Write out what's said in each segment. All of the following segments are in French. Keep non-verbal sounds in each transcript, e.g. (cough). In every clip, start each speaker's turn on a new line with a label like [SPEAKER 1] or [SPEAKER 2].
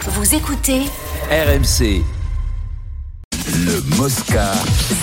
[SPEAKER 1] Vous écoutez
[SPEAKER 2] RMC. Le Mosca.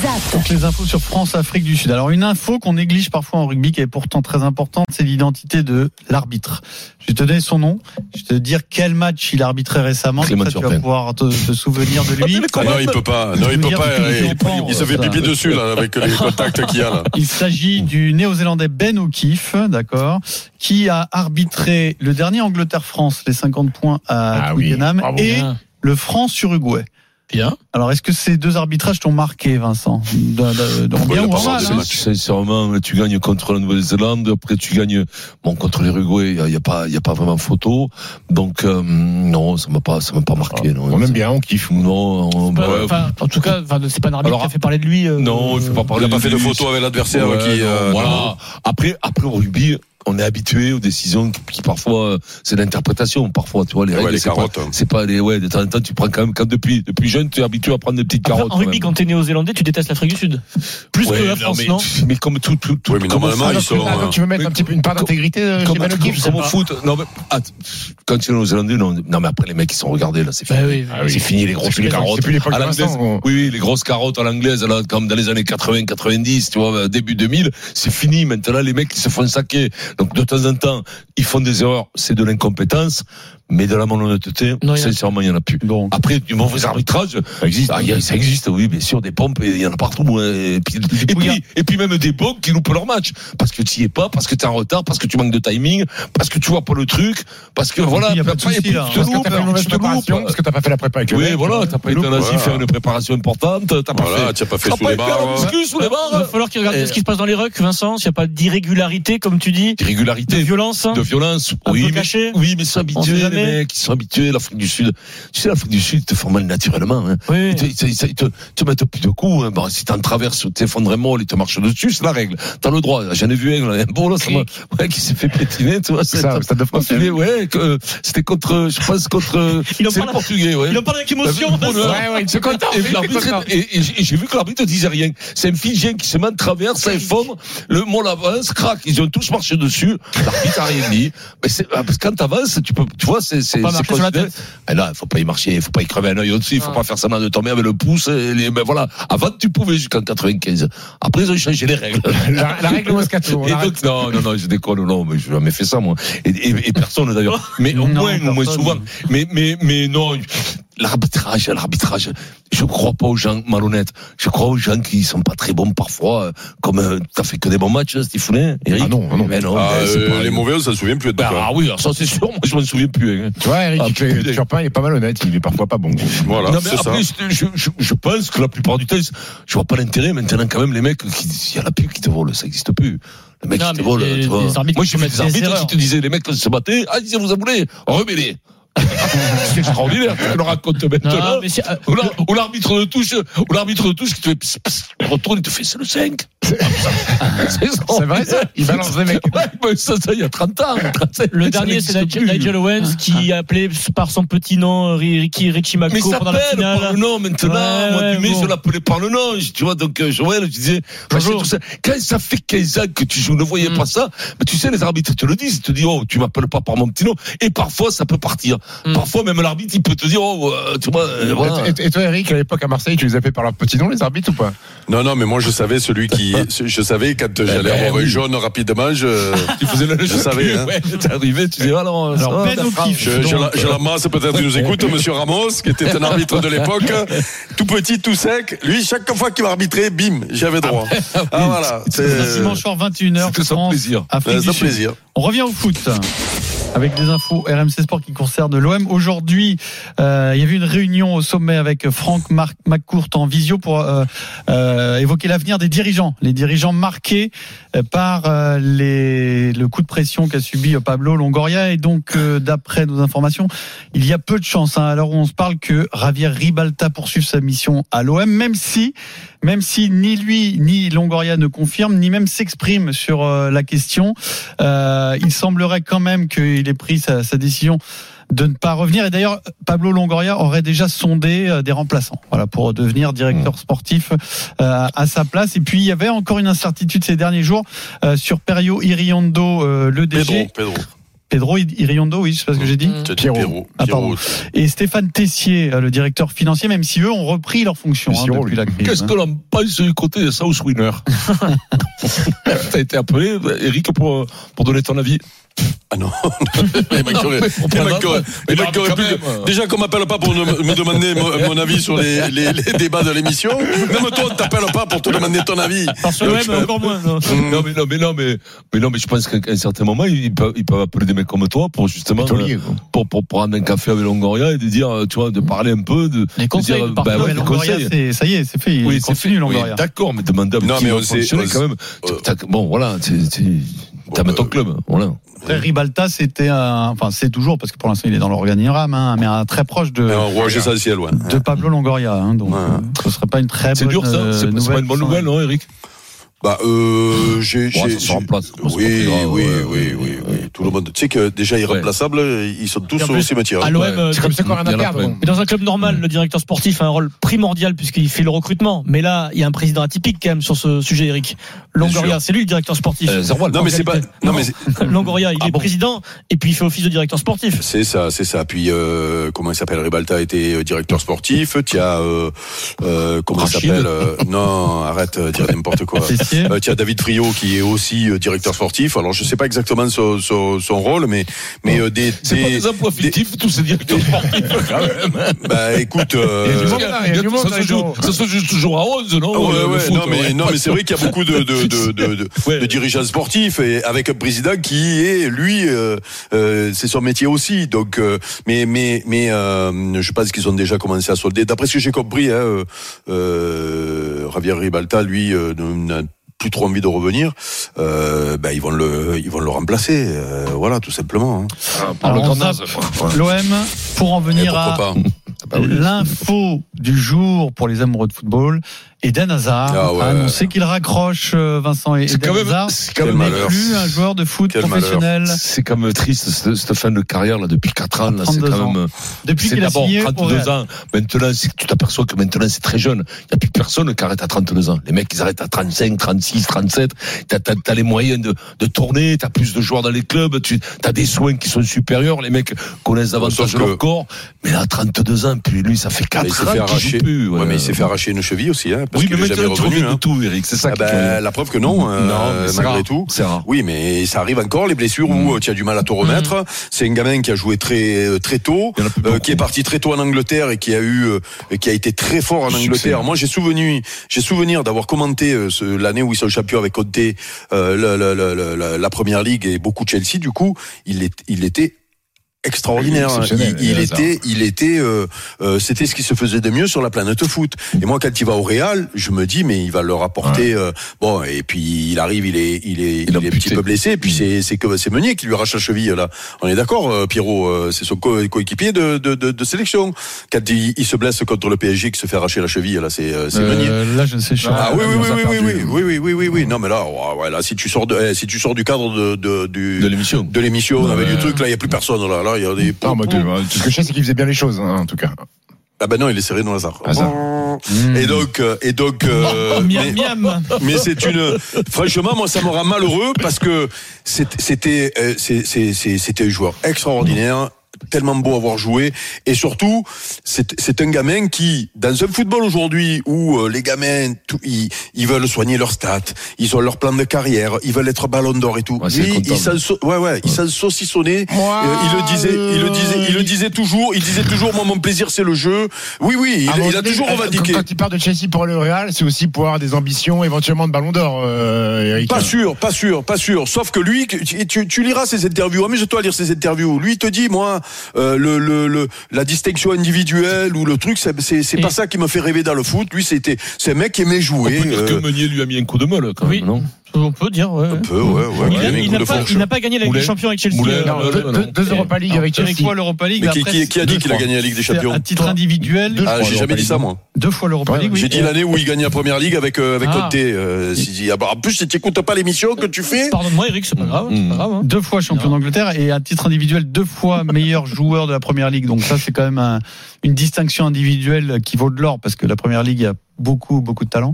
[SPEAKER 1] ZAP.
[SPEAKER 3] Donc les infos sur France-Afrique du Sud. Alors une info qu'on néglige parfois en rugby qui est pourtant très importante, c'est l'identité de l'arbitre. Je vais te donner son nom, je vais te dire quel match il arbitrait récemment, comme
[SPEAKER 4] Clément
[SPEAKER 3] ça tu vas
[SPEAKER 4] Turpin.
[SPEAKER 3] pouvoir te, te souvenir de lui.
[SPEAKER 4] Ah non, il peut pas. Non, il peut
[SPEAKER 3] Dire
[SPEAKER 4] pas.
[SPEAKER 3] qu'il est
[SPEAKER 4] Il,
[SPEAKER 3] enfant,
[SPEAKER 4] il se fait
[SPEAKER 3] voilà.
[SPEAKER 4] pipi dessus là
[SPEAKER 5] (laughs)
[SPEAKER 4] avec les contacts qu'il y a là.
[SPEAKER 3] Il s'agit du néo-zélandais Ben O'Keefe, d'accord, qui a arbitré le dernier Angleterre-France, les 50 points à
[SPEAKER 6] Ah oui,
[SPEAKER 3] Twickenham,
[SPEAKER 6] bravo.
[SPEAKER 3] et le France-Uruguay.
[SPEAKER 6] Bien.
[SPEAKER 3] Alors, est-ce que ces deux arbitrages t'ont marqué, Vincent D'un- d'un- d'un-
[SPEAKER 4] Bon, il
[SPEAKER 3] Bien
[SPEAKER 4] a
[SPEAKER 3] ou
[SPEAKER 4] pas
[SPEAKER 3] en mal
[SPEAKER 4] marqué ce
[SPEAKER 3] hein
[SPEAKER 4] match.
[SPEAKER 5] Sincèrement, tu gagnes contre la Nouvelle-Zélande, après tu gagnes bon contre l'Uruguay, il y a, y a pas, il y a pas vraiment photo. Donc euh, non, ça m'a pas, ça m'a pas
[SPEAKER 7] Ah,
[SPEAKER 5] marqué. non.
[SPEAKER 6] On aime bien, on kiffe.
[SPEAKER 5] Non, on-
[SPEAKER 7] Bah,
[SPEAKER 5] ouais.
[SPEAKER 7] enfin, en tout cas, enfin, c'est pas un arbitre
[SPEAKER 5] Alors,
[SPEAKER 7] qui a fait parler de lui. euh,
[SPEAKER 5] non, il faut pas
[SPEAKER 4] Il
[SPEAKER 5] parler.
[SPEAKER 4] a pas fait de photo
[SPEAKER 5] photos
[SPEAKER 4] avec l'adversaire qui. euh, non.
[SPEAKER 5] voilà. Après, après au rugby, on est habitué aux décisions qui, qui parfois euh, c'est l'interprétation. Parfois, tu vois les
[SPEAKER 4] Ouais,
[SPEAKER 5] règles.
[SPEAKER 4] les
[SPEAKER 5] c'est pas-
[SPEAKER 4] carottes. hein.
[SPEAKER 5] C'est pas des ouais. De temps en temps, tu prends quand même. Quand depuis depuis jeune, tu es habitué à prendre des petites
[SPEAKER 7] Après,
[SPEAKER 5] carottes.
[SPEAKER 7] en rugby,
[SPEAKER 5] même.
[SPEAKER 7] quand t'es néo-zélandais, tu détestes l'Afrique du Sud. Plus
[SPEAKER 5] Ouais,
[SPEAKER 7] que la
[SPEAKER 5] non,
[SPEAKER 7] France,
[SPEAKER 5] mais-
[SPEAKER 7] non
[SPEAKER 5] Mais comme tout tout tout.
[SPEAKER 4] Oui, mais
[SPEAKER 5] comme au
[SPEAKER 4] normalement
[SPEAKER 5] foot,
[SPEAKER 4] ils
[SPEAKER 6] tu,
[SPEAKER 4] sont.
[SPEAKER 6] veux- attends,
[SPEAKER 4] euh,
[SPEAKER 6] tu veux mettre
[SPEAKER 5] Mais
[SPEAKER 6] un petit peu une part d'intégrité euh, chez
[SPEAKER 5] Comme,
[SPEAKER 6] Ben O'Keefe, je sais
[SPEAKER 5] comme au
[SPEAKER 6] pas.
[SPEAKER 5] foot. Non, mais, att- quand c'est nos Zélandais, non, non, mais après, les mecs, ils sont regardés, là, c'est
[SPEAKER 7] Bah
[SPEAKER 5] fini.
[SPEAKER 6] Ah oui.
[SPEAKER 5] C'est fini, les grosses
[SPEAKER 6] C'est plus
[SPEAKER 5] carottes.
[SPEAKER 6] c'est plus l'époque
[SPEAKER 5] à
[SPEAKER 6] de
[SPEAKER 5] l'anglaise.
[SPEAKER 6] Vincent, on-
[SPEAKER 5] Oui, oui, les grosses carottes à l'anglaise, là, comme dans les années 80, 90, tu vois, bah, début 2000, c'est fini. Maintenant, les mecs, ils se font saquer. Donc, de temps en temps, ils font des erreurs. C'est de l'incompétence. Mais de la malhonnêteté,
[SPEAKER 7] Non, il y en a-
[SPEAKER 5] sincèrement, il n'y en a plus.
[SPEAKER 3] Bon.
[SPEAKER 5] Après, du mauvais arbitrage,
[SPEAKER 6] Ça existe.
[SPEAKER 5] ah, il y a- ça existe, oui, bien sûr, des pompes, et il y en a partout. hein, Et puis, et
[SPEAKER 3] il y a-
[SPEAKER 5] puis, et puis même des pompes qui loupent leur match. Parce que tu y es pas, parce que tu es en retard, parce que tu manques de timing, parce que tu vois pas le truc, parce que voilà,
[SPEAKER 3] il y a
[SPEAKER 5] puis
[SPEAKER 3] pas de
[SPEAKER 5] après,
[SPEAKER 3] souci,
[SPEAKER 5] et puis
[SPEAKER 3] là.
[SPEAKER 5] tu
[SPEAKER 6] Parce
[SPEAKER 5] te
[SPEAKER 6] que
[SPEAKER 5] loupes,
[SPEAKER 6] t'as fait une mauvaise
[SPEAKER 5] tu te
[SPEAKER 6] préparation, parce
[SPEAKER 5] loupes.
[SPEAKER 6] que t'as pas fait la prépa avec le
[SPEAKER 5] Oui,
[SPEAKER 6] mec.
[SPEAKER 5] voilà, t'as pas été en Asie
[SPEAKER 4] Voilà.
[SPEAKER 5] faire une préparation importante, t'as pas
[SPEAKER 4] Voilà,
[SPEAKER 5] fait.
[SPEAKER 4] tu as pas fait
[SPEAKER 5] T'as
[SPEAKER 4] sous les
[SPEAKER 5] été à la
[SPEAKER 4] barres. hein.
[SPEAKER 5] muscu, sous les Euh,
[SPEAKER 7] Il va
[SPEAKER 5] barres.
[SPEAKER 7] falloir qu'il regarde
[SPEAKER 5] Et-
[SPEAKER 7] ce qui se passe dans les rucks, Vincent, s'il n'y a pas d'irrégularité, comme tu dis, de
[SPEAKER 5] Irrégularité,
[SPEAKER 7] violence, hein,
[SPEAKER 5] de violence,
[SPEAKER 7] un
[SPEAKER 5] oui,
[SPEAKER 7] peu
[SPEAKER 5] mais
[SPEAKER 7] cachée.
[SPEAKER 5] oui, mais ils sont
[SPEAKER 7] On sait
[SPEAKER 5] habitués, les
[SPEAKER 7] jamais.
[SPEAKER 5] mecs, ils sont habitués, l'Afrique du Sud. Tu sais, l'Afrique du Sud te forme naturellement, hein.
[SPEAKER 7] Oui.
[SPEAKER 5] Ils te, ils te- ils te- ils te- te mettent plus de coups. Hein. Bon, si t'en traverses ou t'effondres un mol, ils te marchent dessus, c'est la règle. T'as le droit. J'en ai vu un, là, un bon, là, ça m'a- ouais, qui s'est fait pétiner, tu vois.
[SPEAKER 6] C'est
[SPEAKER 5] c'est-
[SPEAKER 6] ça, au Stade de
[SPEAKER 5] m'a
[SPEAKER 6] France.
[SPEAKER 5] filé, ouais, que, euh, c'était contre, je pense, contre,
[SPEAKER 7] Il en
[SPEAKER 5] c'est le
[SPEAKER 7] parle-
[SPEAKER 5] portugais, ouais.
[SPEAKER 7] Il en parle avec
[SPEAKER 5] T'as
[SPEAKER 7] émotion.
[SPEAKER 5] vu le
[SPEAKER 7] Vincent.
[SPEAKER 5] bonheur
[SPEAKER 6] Ouais, ouais, il se contente.
[SPEAKER 5] Et,
[SPEAKER 6] il est
[SPEAKER 5] l'arbitre-
[SPEAKER 6] content.
[SPEAKER 5] et- et j'ai- j'ai vu que l'arbitre ne disait rien. C'est un Fidjien qui se met en travers, ça effondre, le mot avance, crac, ils ont tous marché dessus. L'arbitre a rien dit. Mais c'est, ah, parce que quand t'avances, tu peux, tu vois, c'est, c'est,
[SPEAKER 7] pas
[SPEAKER 5] c'est
[SPEAKER 7] marcher sur la
[SPEAKER 5] considéré- Ah non, faut pas y marcher, il faut pas y crever un œil au-dessus, il faut
[SPEAKER 7] Ah.
[SPEAKER 5] pas faire semblant de tomber avec le pouce, et les, ben voilà. Avant, tu pouvais jusqu'en 95. Après, ils ont changé les règles.
[SPEAKER 6] Ah, La la règle Moscato.
[SPEAKER 5] Et
[SPEAKER 6] la règle-
[SPEAKER 5] donc, non, non, non, je déconne, non, mais j'ai jamais fait ça, moi. Et, et- et personne,
[SPEAKER 6] (laughs)
[SPEAKER 5] d'ailleurs. Mais
[SPEAKER 3] Non,
[SPEAKER 5] au moins, au moins
[SPEAKER 3] personne.
[SPEAKER 5] souvent. Mais, mais, mais non. L'arbitrage, l'arbitrage. Je crois pas aux gens malhonnêtes. Je crois aux gens qui sont pas très bons parfois. euh, Comme, euh, t'as fait que des bons matchs, hein, Stéphane, Eric.
[SPEAKER 6] Ah non, ah non.
[SPEAKER 5] Mais non,
[SPEAKER 4] Ah,
[SPEAKER 5] mais c'est
[SPEAKER 4] euh,
[SPEAKER 5] pas-
[SPEAKER 4] Les mauvais, on s'en souvient plus. hein.
[SPEAKER 5] Ben, ah
[SPEAKER 4] d'accord.
[SPEAKER 5] oui, alors ça, c'est sûr. Moi, je m'en souviens plus. hein.
[SPEAKER 6] Tu vois, Eric
[SPEAKER 5] Ah,
[SPEAKER 6] il fait-
[SPEAKER 5] putain.
[SPEAKER 6] Turpin, il est pas mal honnête, il est parfois pas bon.
[SPEAKER 4] Voilà,
[SPEAKER 5] ah, non, mais
[SPEAKER 4] c'est ça.
[SPEAKER 5] après, je, je- je- je pense que la plupart du temps, je vois pas l'intérêt. Maintenant, quand même, les mecs, qui- il y en a plus qui te volent, ça existe plus. Les mecs
[SPEAKER 7] Non,
[SPEAKER 5] qui
[SPEAKER 7] mais
[SPEAKER 5] te volent,
[SPEAKER 7] les-
[SPEAKER 5] tu vois.
[SPEAKER 7] les arbitres
[SPEAKER 5] Moi,
[SPEAKER 7] qui
[SPEAKER 5] je suis
[SPEAKER 7] commettent
[SPEAKER 5] des
[SPEAKER 7] des
[SPEAKER 5] arbitres
[SPEAKER 7] erreurs.
[SPEAKER 5] qui te disaient, les mecs, quand ils se battaient, ah, ils disaient, vous en voulez, remêlez. c'est extraordinaire, tu le racontes maintenant.
[SPEAKER 7] Non, mais c'est- euh,
[SPEAKER 5] Ou l'ar- ou l'arbitre de touche, ou l'arbitre de touche qui te fait, pss, pss, il retourne, il te fait, c'est le 5.
[SPEAKER 6] C'est
[SPEAKER 5] (laughs) C'est
[SPEAKER 6] vrai, ça Il balance les mecs.
[SPEAKER 5] Ouais, mais ça, ça, il y a 30 ans. 35,
[SPEAKER 7] Le
[SPEAKER 5] ça
[SPEAKER 7] dernier,
[SPEAKER 5] n'existe
[SPEAKER 7] c'est Nigel,
[SPEAKER 5] plus. Ah.
[SPEAKER 7] Nigel Owens qui appelait par son petit nom euh, Ricky Richie
[SPEAKER 5] Mais
[SPEAKER 7] McCo
[SPEAKER 5] ça
[SPEAKER 7] pendant la
[SPEAKER 5] s'appelle par
[SPEAKER 7] finale.
[SPEAKER 5] le nom maintenant.
[SPEAKER 7] Ouais,
[SPEAKER 5] Moi,
[SPEAKER 7] ouais,
[SPEAKER 5] du mai,
[SPEAKER 7] bon.
[SPEAKER 5] je l'appelais par le nom. Je- Tu vois, donc, euh, Joël, je disais, bah, c'est
[SPEAKER 7] Bonjour.
[SPEAKER 5] tout ça. quand ça fait 15 ans que tu joues, ne voyais
[SPEAKER 7] Mm.
[SPEAKER 5] pas ça, mais tu sais, les arbitres te le disent. Ils te disent, oh, tu m'appelles pas par mon petit nom. Et parfois, ça peut partir.
[SPEAKER 7] Mm.
[SPEAKER 5] Parfois, même l'arbitre, il peut te dire, oh, euh, tu vois, euh, voilà.
[SPEAKER 6] Et, et toi, Eric, à l'époque à Marseille, tu les appelais par leur petit nom, les arbitres ou pas
[SPEAKER 4] Non, non, mais moi je savais
[SPEAKER 5] (laughs)
[SPEAKER 4] celui qui. Je savais quand euh, j'allais avoir un
[SPEAKER 5] Eh ben oui.
[SPEAKER 4] jaune rapidement, je.
[SPEAKER 5] Tu faisais la
[SPEAKER 4] Je
[SPEAKER 5] (laughs)
[SPEAKER 4] savais, hein.
[SPEAKER 5] Ouais, t'es arrivé, tu dis, alors, euh, ça
[SPEAKER 3] Alors,
[SPEAKER 5] va,
[SPEAKER 3] Ben
[SPEAKER 5] Bertrand
[SPEAKER 3] O'Keefe.
[SPEAKER 4] (laughs) Je, je la-
[SPEAKER 5] euh.
[SPEAKER 4] je
[SPEAKER 7] euh,
[SPEAKER 4] l'embrasse, peut-être il nous
[SPEAKER 5] (laughs)
[SPEAKER 4] écoute, monsieur Ramos, qui était un arbitre de l'époque, tout petit, tout sec. Lui, chaque fois qu'il m'arbitrait, bim, j'avais droit. Ah voilà,
[SPEAKER 3] C'est
[SPEAKER 4] c'est
[SPEAKER 3] dimanche soir, 21h.
[SPEAKER 5] C'était sans
[SPEAKER 3] France,
[SPEAKER 5] plaisir.
[SPEAKER 3] Afrique
[SPEAKER 4] c'est
[SPEAKER 3] du
[SPEAKER 4] un
[SPEAKER 3] Sud.
[SPEAKER 4] plaisir.
[SPEAKER 3] On revient au foot avec des infos RMC Sport qui concernent l'OM. Aujourd'hui, euh, il y avait une réunion au sommet avec Franck Mar- McCourt en visio pour euh, euh, évoquer l'avenir des dirigeants. Les dirigeants marqués euh, par euh, les, le coup de pression qu'a subi euh, Pablo Longoria. Et donc, euh, d'après nos informations, il y a peu de chance, hein, à l'heure où on se parle, que Javier Ribalta poursuive sa mission à l'OM, même si même si ni lui ni Longoria ne confirment, ni même s'expriment sur euh, la question. Euh, il semblerait quand même qu'il ait pris sa, sa décision de ne pas revenir. Et d'ailleurs, Pablo Longoria aurait déjà sondé euh, des remplaçants, voilà, pour devenir directeur sportif euh, à sa place. Et puis, il y avait encore une incertitude ces derniers jours euh, sur Perio Iriondo, euh, le DG.
[SPEAKER 4] Pedro, Pedro.
[SPEAKER 3] Pedro Iriondo, oui, je sais pas ce que j'ai dit.
[SPEAKER 4] Tu as dit
[SPEAKER 6] Pierrot.
[SPEAKER 4] Pierrot.
[SPEAKER 3] Ah,
[SPEAKER 4] Pierrot.
[SPEAKER 3] (laughs) Et Stéphane Tessier, euh, le directeur financier, même si eux ont repris leurs fonctions
[SPEAKER 6] Mais
[SPEAKER 3] hein,
[SPEAKER 6] c'est drôle.
[SPEAKER 3] depuis la crise.
[SPEAKER 5] Qu'est-ce
[SPEAKER 3] hein.
[SPEAKER 5] que l'on pense du côté de South
[SPEAKER 7] (laughs)
[SPEAKER 5] Winner (laughs) T'as été appelé, euh, Eric, pour, pour donner ton avis.
[SPEAKER 4] Ah non. Les mecs qui auraient- les mecs qui auraient- les mecs qui auraient pu- Déjà qu'on m'appelle pas pour ne- me demander mon, mon avis sur les, les- les débats de l'émission. Même toi, on t'appelle pas pour te demander ton avis.
[SPEAKER 7] Parce que
[SPEAKER 4] Donc,
[SPEAKER 7] même,
[SPEAKER 4] euh,
[SPEAKER 7] encore moins. non.
[SPEAKER 5] Non mais non mais non mais mais non mais je pense qu'à un certain moment ils peuvent ils peuvent appeler des mecs comme toi pour justement euh,
[SPEAKER 6] Pétrolier, quoi.
[SPEAKER 5] pour pour prendre un café avec Longoria et de dire euh, tu vois de parler un peu de
[SPEAKER 7] Les conseils,
[SPEAKER 5] de dire,
[SPEAKER 7] par
[SPEAKER 5] bah
[SPEAKER 3] Ah ouais,
[SPEAKER 5] ouais, les
[SPEAKER 3] Longoria,
[SPEAKER 5] conseils
[SPEAKER 3] c'est- ça y est, c'est fait. Il
[SPEAKER 5] oui c'est
[SPEAKER 3] continue,
[SPEAKER 5] fait oui,
[SPEAKER 3] Longoria.
[SPEAKER 5] d'accord mais demander un
[SPEAKER 4] Non,
[SPEAKER 5] petit
[SPEAKER 4] mais on
[SPEAKER 5] peu
[SPEAKER 4] sait-
[SPEAKER 5] fonctionner
[SPEAKER 4] on
[SPEAKER 5] quand même
[SPEAKER 4] euh,
[SPEAKER 5] Tac, bon voilà tu- tu- t'as
[SPEAKER 4] bah,
[SPEAKER 5] mis ton club voilà
[SPEAKER 3] Après, Ribalta, c'était un, enfin, c'est toujours, parce que pour l'instant, il est dans l'organigramme, hein, mais un très proche de,
[SPEAKER 4] mais un roi essentiel, Ah ouais.
[SPEAKER 3] de Pablo Longoria, hein, donc,
[SPEAKER 4] Ouais.
[SPEAKER 3] euh, ce serait pas une très
[SPEAKER 5] c'est
[SPEAKER 3] bonne
[SPEAKER 5] dur ça
[SPEAKER 3] euh,
[SPEAKER 5] c'est pas- c'est pas une bonne
[SPEAKER 3] sans-
[SPEAKER 5] nouvelle non Eric
[SPEAKER 4] Bah, euh, j'ai.
[SPEAKER 5] Bon,
[SPEAKER 4] j'ai-
[SPEAKER 5] ça se
[SPEAKER 4] j'ai-
[SPEAKER 5] remplace
[SPEAKER 4] Oui, oui, oui, oui, oui, Tout le monde. Tu sais que déjà irremplaçables, ils sont tous
[SPEAKER 7] Et en
[SPEAKER 4] au
[SPEAKER 7] plus,
[SPEAKER 4] cimetière.
[SPEAKER 7] À l'OM, euh,
[SPEAKER 6] C'est comme ça qu'on a rien à
[SPEAKER 5] Bien
[SPEAKER 6] perdre.
[SPEAKER 5] après.
[SPEAKER 6] donc.
[SPEAKER 7] Mais dans un club
[SPEAKER 5] Mm.
[SPEAKER 7] normal, le directeur sportif a un rôle primordial puisqu'il fait le recrutement. Mais là, il y a un président atypique quand même sur ce sujet, Eric. Longoria, c'est lui le directeur sportif.
[SPEAKER 5] Euh, Zerwal.
[SPEAKER 4] Non, mais c'est pas. Non, mais c'est-
[SPEAKER 7] (laughs) Longoria, il
[SPEAKER 5] Ah
[SPEAKER 7] est
[SPEAKER 5] bon
[SPEAKER 7] président et puis il fait office de directeur sportif.
[SPEAKER 4] c'est ça, c'est ça. Puis, euh, comment il s'appelle Ribalta était euh, directeur sportif. Tu as. Euh, euh, comment il
[SPEAKER 5] Rachid.
[SPEAKER 4] s'appelle euh, Non, arrête, euh, dire n'importe
[SPEAKER 5] (laughs)
[SPEAKER 4] quoi.
[SPEAKER 5] hein.
[SPEAKER 3] Tessier.
[SPEAKER 4] Euh, tu as David Friot qui est aussi euh, directeur sportif. Alors, je sais pas exactement son, son, son rôle, mais, mais euh, des.
[SPEAKER 5] c'est pas
[SPEAKER 4] des-
[SPEAKER 5] des emplois fictifs tous ces
[SPEAKER 4] (laughs)
[SPEAKER 5] directeurs sportifs quand même hein.
[SPEAKER 4] Bah, écoute.
[SPEAKER 6] Il y a
[SPEAKER 4] euh,
[SPEAKER 6] du monde, là, il y a du monde dans
[SPEAKER 5] ça,
[SPEAKER 6] les
[SPEAKER 5] se joue,
[SPEAKER 6] gens.
[SPEAKER 5] ça se joue toujours à 11 non
[SPEAKER 4] Ouais,
[SPEAKER 5] le- le
[SPEAKER 4] ouais,
[SPEAKER 5] foot,
[SPEAKER 4] non, mais,
[SPEAKER 5] ouais.
[SPEAKER 4] non, mais c'est vrai qu'il y a beaucoup de, de, de, de, de-
[SPEAKER 5] Ouais.
[SPEAKER 4] de dirigeants sportifs et avec un président qui est, lui, euh, euh, c'est son métier aussi. Donc, euh, mais, mais, mais, euh, je pense qu'ils ont déjà commencé à solder. D'après ce que j'ai compris, hein, euh, euh, Javier Ribalta, lui, euh, n'a plus trop envie de revenir. Euh, ben, ils vont le, ils vont le remplacer. euh, voilà, tout simplement. hein.
[SPEAKER 3] Alors, on
[SPEAKER 5] Cornas,
[SPEAKER 3] zappe
[SPEAKER 5] quoi.
[SPEAKER 3] L'OM, pour en
[SPEAKER 4] Et
[SPEAKER 3] venir
[SPEAKER 4] pourquoi
[SPEAKER 3] à
[SPEAKER 4] pas Bah
[SPEAKER 3] l'info du jour pour les amoureux de football, Eden Hazard
[SPEAKER 4] Ah ouais.
[SPEAKER 3] a annoncé qu'il raccroche euh, Vincent et
[SPEAKER 5] C'est
[SPEAKER 3] Eden
[SPEAKER 5] quand même,
[SPEAKER 3] Hazard.
[SPEAKER 5] c'est quand
[SPEAKER 4] Quel
[SPEAKER 5] même,
[SPEAKER 3] n'est
[SPEAKER 4] malheur.
[SPEAKER 3] plus un joueur de foot
[SPEAKER 4] Quel
[SPEAKER 3] professionnel
[SPEAKER 5] c'est quand même triste cette, cette fin de carrière là depuis 4 ans là, c'est
[SPEAKER 3] 32
[SPEAKER 5] quand
[SPEAKER 3] ans.
[SPEAKER 5] même
[SPEAKER 3] depuis
[SPEAKER 5] c'est
[SPEAKER 3] qu'il a
[SPEAKER 5] d'abord
[SPEAKER 3] signé au
[SPEAKER 5] 32
[SPEAKER 3] Real.
[SPEAKER 5] ans maintenant c'est que tu t'aperçois que maintenant c'est très jeune il n'y a plus personne qui arrête à 32 ans les mecs ils arrêtent à 35 36 37 t'as as, les moyens de, de tourner t'as plus de joueurs dans les clubs tu as des soins qui sont supérieurs les mecs connaissent davantage
[SPEAKER 4] Sauf que-
[SPEAKER 5] leur corps mais là à 32 ans puis lui ça fait
[SPEAKER 4] Il
[SPEAKER 5] 4
[SPEAKER 4] s'est fait
[SPEAKER 5] ans qu'il
[SPEAKER 4] arracher.
[SPEAKER 5] joue plus
[SPEAKER 4] Ouais,
[SPEAKER 5] voilà.
[SPEAKER 4] mais il s'est fait arracher une cheville aussi, hein, parce
[SPEAKER 5] oui mais
[SPEAKER 4] qu'il est jamais
[SPEAKER 5] maintenant tu
[SPEAKER 4] revenu.
[SPEAKER 5] reviens de
[SPEAKER 4] hein.
[SPEAKER 5] tout Eric c'est ça
[SPEAKER 4] Ah
[SPEAKER 5] qui est
[SPEAKER 4] ben,
[SPEAKER 5] curieux.
[SPEAKER 4] la preuve que non, euh,
[SPEAKER 5] mais c'est
[SPEAKER 4] malgré
[SPEAKER 5] rare.
[SPEAKER 4] tout.
[SPEAKER 5] c'est rare
[SPEAKER 4] Oui, mais ça arrive encore les blessures où euh, tu as du mal à te remettre. C'est un gamin qui a joué très euh, très tôt,
[SPEAKER 5] Il y en a plus
[SPEAKER 4] euh,
[SPEAKER 5] beaucoup.
[SPEAKER 4] qui est parti très tôt en Angleterre et qui a eu euh, et qui a été très fort en
[SPEAKER 5] Succès.
[SPEAKER 4] Angleterre. Moi, j'ai souvenir, j'ai souvenir d'avoir commenté euh, ce- l'année où ils sont champions avec Conte, euh, la, la- la- la- la- la première ligue et beaucoup Chelsea. Du coup, il est, il était extraordinaire.
[SPEAKER 6] Il est
[SPEAKER 4] Il,
[SPEAKER 6] exceptionnel,
[SPEAKER 4] il
[SPEAKER 6] le hasard.
[SPEAKER 4] était, il était, euh, euh, c'était ce qui se faisait de mieux sur la planète foot. Et moi, quand il va au Real, je me dis, mais il va leur apporter. euh, bon, et puis il arrive, il est, il est, il,
[SPEAKER 5] Il a
[SPEAKER 4] est un petit
[SPEAKER 5] buté. Mm.
[SPEAKER 4] peu blessé. Et puis c'est, c'est que c'est Meunier qui lui arrache la cheville là. On est d'accord, euh, Pierrot. euh, c'est son co- coéquipier de, de, de, de sélection. Quand il, il se blesse contre le PSG, qui se fait arracher la cheville là, c'est, euh, c'est Meunier.
[SPEAKER 3] Euh, là, je ne sais
[SPEAKER 4] Ah
[SPEAKER 3] pas.
[SPEAKER 4] oui oui
[SPEAKER 6] on
[SPEAKER 4] oui
[SPEAKER 6] les a
[SPEAKER 4] oui, oui oui
[SPEAKER 6] perdus.
[SPEAKER 4] oui oui oui oui oui non mais là oh, ouais, ouais, là si tu sors de eh, si tu sors du cadre de, de du
[SPEAKER 5] de l'émission
[SPEAKER 4] de l'émission
[SPEAKER 5] Ouais.
[SPEAKER 4] avec du truc là il y a plus personne là là il y a des
[SPEAKER 6] Non, mais tu- euh, tout ce que je sais, c'est qu'il faisait bien les choses, hein, en tout cas.
[SPEAKER 4] ah ben non il est serré dans la sarre.
[SPEAKER 6] Hasard.
[SPEAKER 3] Hmm.
[SPEAKER 4] et donc euh, et donc euh, mais-
[SPEAKER 7] (laughs) Oh, miam, miam.
[SPEAKER 4] mais c'est une franchement moi ça me rend malheureux parce que c'est- c'était euh, c'est- c'est- c'est- c'était un joueur extraordinaire tellement beau à voir jouer et surtout c'est c'est un gamin qui dans un football aujourd'hui où euh, les gamins tout- ils, ils veulent soigner leurs stats ils ont leur plan de carrière ils veulent être ballon d'or et tout
[SPEAKER 5] Ouais, c'est
[SPEAKER 4] lui
[SPEAKER 5] comptable.
[SPEAKER 4] il s'en sau- ouais ouais il s'en saucissonnait
[SPEAKER 6] Moi,
[SPEAKER 4] Euh, il le disait il le disait il
[SPEAKER 6] euh,
[SPEAKER 4] le disait toujours il disait toujours moi mon plaisir c'est le jeu oui oui il,
[SPEAKER 6] Ah, bon,
[SPEAKER 4] il a
[SPEAKER 6] attendez,
[SPEAKER 4] toujours
[SPEAKER 6] euh,
[SPEAKER 4] revendiqué
[SPEAKER 6] Quand quand il part de Chelsea pour le Real, c'est aussi pour avoir des ambitions éventuellement de Ballon d'Or, euh, Eric.
[SPEAKER 4] Pas sûr, pas sûr, pas sûr. Sauf que lui, tu, tu, tu liras ses interviews. Ah, Amuse-toi à lire ses interviews. Lui il te dit, moi, euh, le, le, le- la distinction individuelle ou le truc, c'est- c'est c'est
[SPEAKER 7] Et-
[SPEAKER 4] pas ça qui me fait rêver dans le foot. Lui, c'était, c'est un mec qui aimait
[SPEAKER 5] on
[SPEAKER 4] jouer.
[SPEAKER 5] peut dire que
[SPEAKER 4] euh,
[SPEAKER 5] Meunier lui a mis un coup de molle quand
[SPEAKER 7] Oui.
[SPEAKER 5] même non
[SPEAKER 7] On peut dire, ouais.
[SPEAKER 4] un peu, ouais, ouais.
[SPEAKER 7] Il a-
[SPEAKER 4] qui aimait
[SPEAKER 7] il
[SPEAKER 4] coup
[SPEAKER 7] n'a
[SPEAKER 4] de
[SPEAKER 7] pas,
[SPEAKER 4] fourche.
[SPEAKER 7] il n'a pas gagné la Ligue
[SPEAKER 5] Moulet.
[SPEAKER 7] des Champions avec Chelsea.
[SPEAKER 5] Moulet,
[SPEAKER 7] euh,
[SPEAKER 6] Non,
[SPEAKER 5] Euh,
[SPEAKER 6] deux,
[SPEAKER 5] non,
[SPEAKER 6] deux-
[SPEAKER 5] non.
[SPEAKER 6] deux Europa League avec
[SPEAKER 3] Avec
[SPEAKER 6] Chelsea.
[SPEAKER 3] quoi l'Europa League
[SPEAKER 4] Mais
[SPEAKER 3] Après,
[SPEAKER 4] qui, qui, qui a dit qu'il a gagné la Ligue des
[SPEAKER 3] c'est À
[SPEAKER 4] Champions
[SPEAKER 3] titre individuel,
[SPEAKER 4] Ah, j'ai jamais dit ça, moi.
[SPEAKER 3] deux fois l'Europa
[SPEAKER 6] Ouais,
[SPEAKER 3] League. oui.
[SPEAKER 4] J'ai dit l'année où il gagne la première ligue avec euh, avec
[SPEAKER 7] Ah.
[SPEAKER 4] Conte. euh, si- si- ah bah, en plus, si t'écoutes pas l'émission que tu fais,
[SPEAKER 7] Pardonne-moi, Eric, c'est pas grave. c'est pas grave
[SPEAKER 5] Mm.
[SPEAKER 7] hein.
[SPEAKER 3] Deux fois champion d'Angleterre et à titre individuel deux fois meilleur joueur de la première ligue. Donc ça c'est quand même un- une distinction individuelle qui vaut de l'or parce que la première ligue il y a beaucoup beaucoup de talent.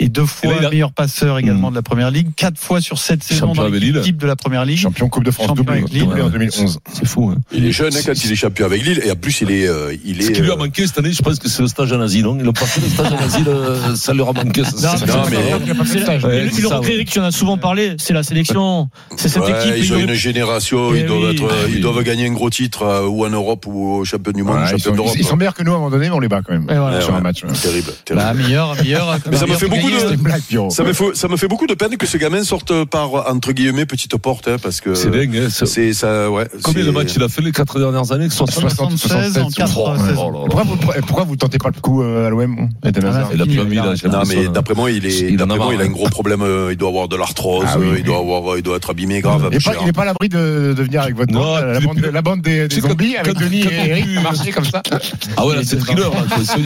[SPEAKER 3] et deux
[SPEAKER 5] Et
[SPEAKER 3] fois
[SPEAKER 5] là, il a-
[SPEAKER 3] meilleur passeur également de la première ligue, quatre fois sur cette saison
[SPEAKER 5] Champion
[SPEAKER 3] dans
[SPEAKER 5] avec
[SPEAKER 3] l'équipe
[SPEAKER 5] Lille.
[SPEAKER 3] type de la première ligue.
[SPEAKER 6] Champion Coupe de France,
[SPEAKER 3] Champion
[SPEAKER 6] doublé,
[SPEAKER 3] avec Lille,
[SPEAKER 6] doublé en
[SPEAKER 5] ouais.
[SPEAKER 6] 2011.
[SPEAKER 5] C'est fou. Hein.
[SPEAKER 4] Il est jeune hein, quand il est champion avec Lille et en plus il est euh, il est
[SPEAKER 5] Ce qui lui a
[SPEAKER 4] euh,
[SPEAKER 5] manqué cette année, je pense que c'est le stage en Asie, non Ils l'ont passé le stage en Asie, le- ça leur a manqué. Ça,
[SPEAKER 7] Non,
[SPEAKER 5] c'est-
[SPEAKER 4] non, mais-
[SPEAKER 6] Il a pas fait de stage.
[SPEAKER 5] Ouais,
[SPEAKER 7] Et le-
[SPEAKER 5] c'est
[SPEAKER 7] le
[SPEAKER 5] ça,
[SPEAKER 7] regret,
[SPEAKER 5] ouais.
[SPEAKER 7] Eric, tu en as souvent parlé, c'est la sélection, c'est cette
[SPEAKER 4] ouais,
[SPEAKER 7] équipe.
[SPEAKER 4] ils
[SPEAKER 7] ils
[SPEAKER 4] ont
[SPEAKER 7] auraient
[SPEAKER 4] une
[SPEAKER 7] pu-
[SPEAKER 4] génération,
[SPEAKER 7] Eh
[SPEAKER 4] ils doivent,
[SPEAKER 7] oui.
[SPEAKER 4] être, euh,
[SPEAKER 5] oui.
[SPEAKER 4] ils doivent gagner un gros titre euh, ou en Europe ou au champion du monde,
[SPEAKER 6] Ouais,
[SPEAKER 4] ou
[SPEAKER 6] ils,
[SPEAKER 4] champion
[SPEAKER 6] sont,
[SPEAKER 4] d'Europe. hein.
[SPEAKER 6] ils sont meilleurs que nous avant donné, mais on les bat quand même.
[SPEAKER 7] Et voilà.
[SPEAKER 6] Sur
[SPEAKER 4] Ouais,
[SPEAKER 6] un
[SPEAKER 4] ouais.
[SPEAKER 6] match. ouais.
[SPEAKER 4] Terrible, terrible.
[SPEAKER 3] Bah, meilleur, meilleur.
[SPEAKER 4] Mais ça me
[SPEAKER 3] meilleur
[SPEAKER 4] fait
[SPEAKER 3] pour gagner,
[SPEAKER 4] beaucoup de-
[SPEAKER 6] C'est une blague, Pierrot.
[SPEAKER 4] Ça me, fait, ça me fait beaucoup de peine que ce gamin sorte par, entre guillemets, petite porte, hein, parce que.
[SPEAKER 5] C'est dingue. hein, ça-
[SPEAKER 4] C'est ça, ouais.
[SPEAKER 5] Combien
[SPEAKER 4] c'est-
[SPEAKER 5] de matchs il a fait les quatre dernières années 60
[SPEAKER 3] 76 en
[SPEAKER 6] 76,
[SPEAKER 3] 4
[SPEAKER 5] Oh là là là.
[SPEAKER 6] Pourquoi vous, pourquoi vous tentez pas le coup euh, à l'OM
[SPEAKER 3] Ah,
[SPEAKER 5] Il a plus
[SPEAKER 3] Il
[SPEAKER 5] envie,
[SPEAKER 3] a
[SPEAKER 5] là, j'ai
[SPEAKER 4] Non, mais
[SPEAKER 5] l'impression, hein.
[SPEAKER 4] d'après moi, il, est,
[SPEAKER 5] Il en a
[SPEAKER 4] d'après moi,
[SPEAKER 5] marre,
[SPEAKER 4] il a
[SPEAKER 5] hein.
[SPEAKER 4] un gros problème. euh, il doit avoir de l'arthrose,
[SPEAKER 6] Ah oui,
[SPEAKER 4] euh,
[SPEAKER 6] oui.
[SPEAKER 4] il, doit avoir, il doit être abîmé grave.
[SPEAKER 6] Et pas- il n'est pas à l'abri de, de venir avec votre
[SPEAKER 5] Non,
[SPEAKER 6] bande,
[SPEAKER 5] tu
[SPEAKER 6] la,
[SPEAKER 5] l'es
[SPEAKER 6] bande,
[SPEAKER 5] plus-
[SPEAKER 6] la bande des, des
[SPEAKER 5] Tu sais, quand-
[SPEAKER 6] zombies avec
[SPEAKER 5] quand-
[SPEAKER 6] Denis
[SPEAKER 5] quand
[SPEAKER 6] et Eric
[SPEAKER 5] tu-
[SPEAKER 6] marcher comme ça.
[SPEAKER 5] Ah ouais, là, c'est thriller. là, quoi. C'est-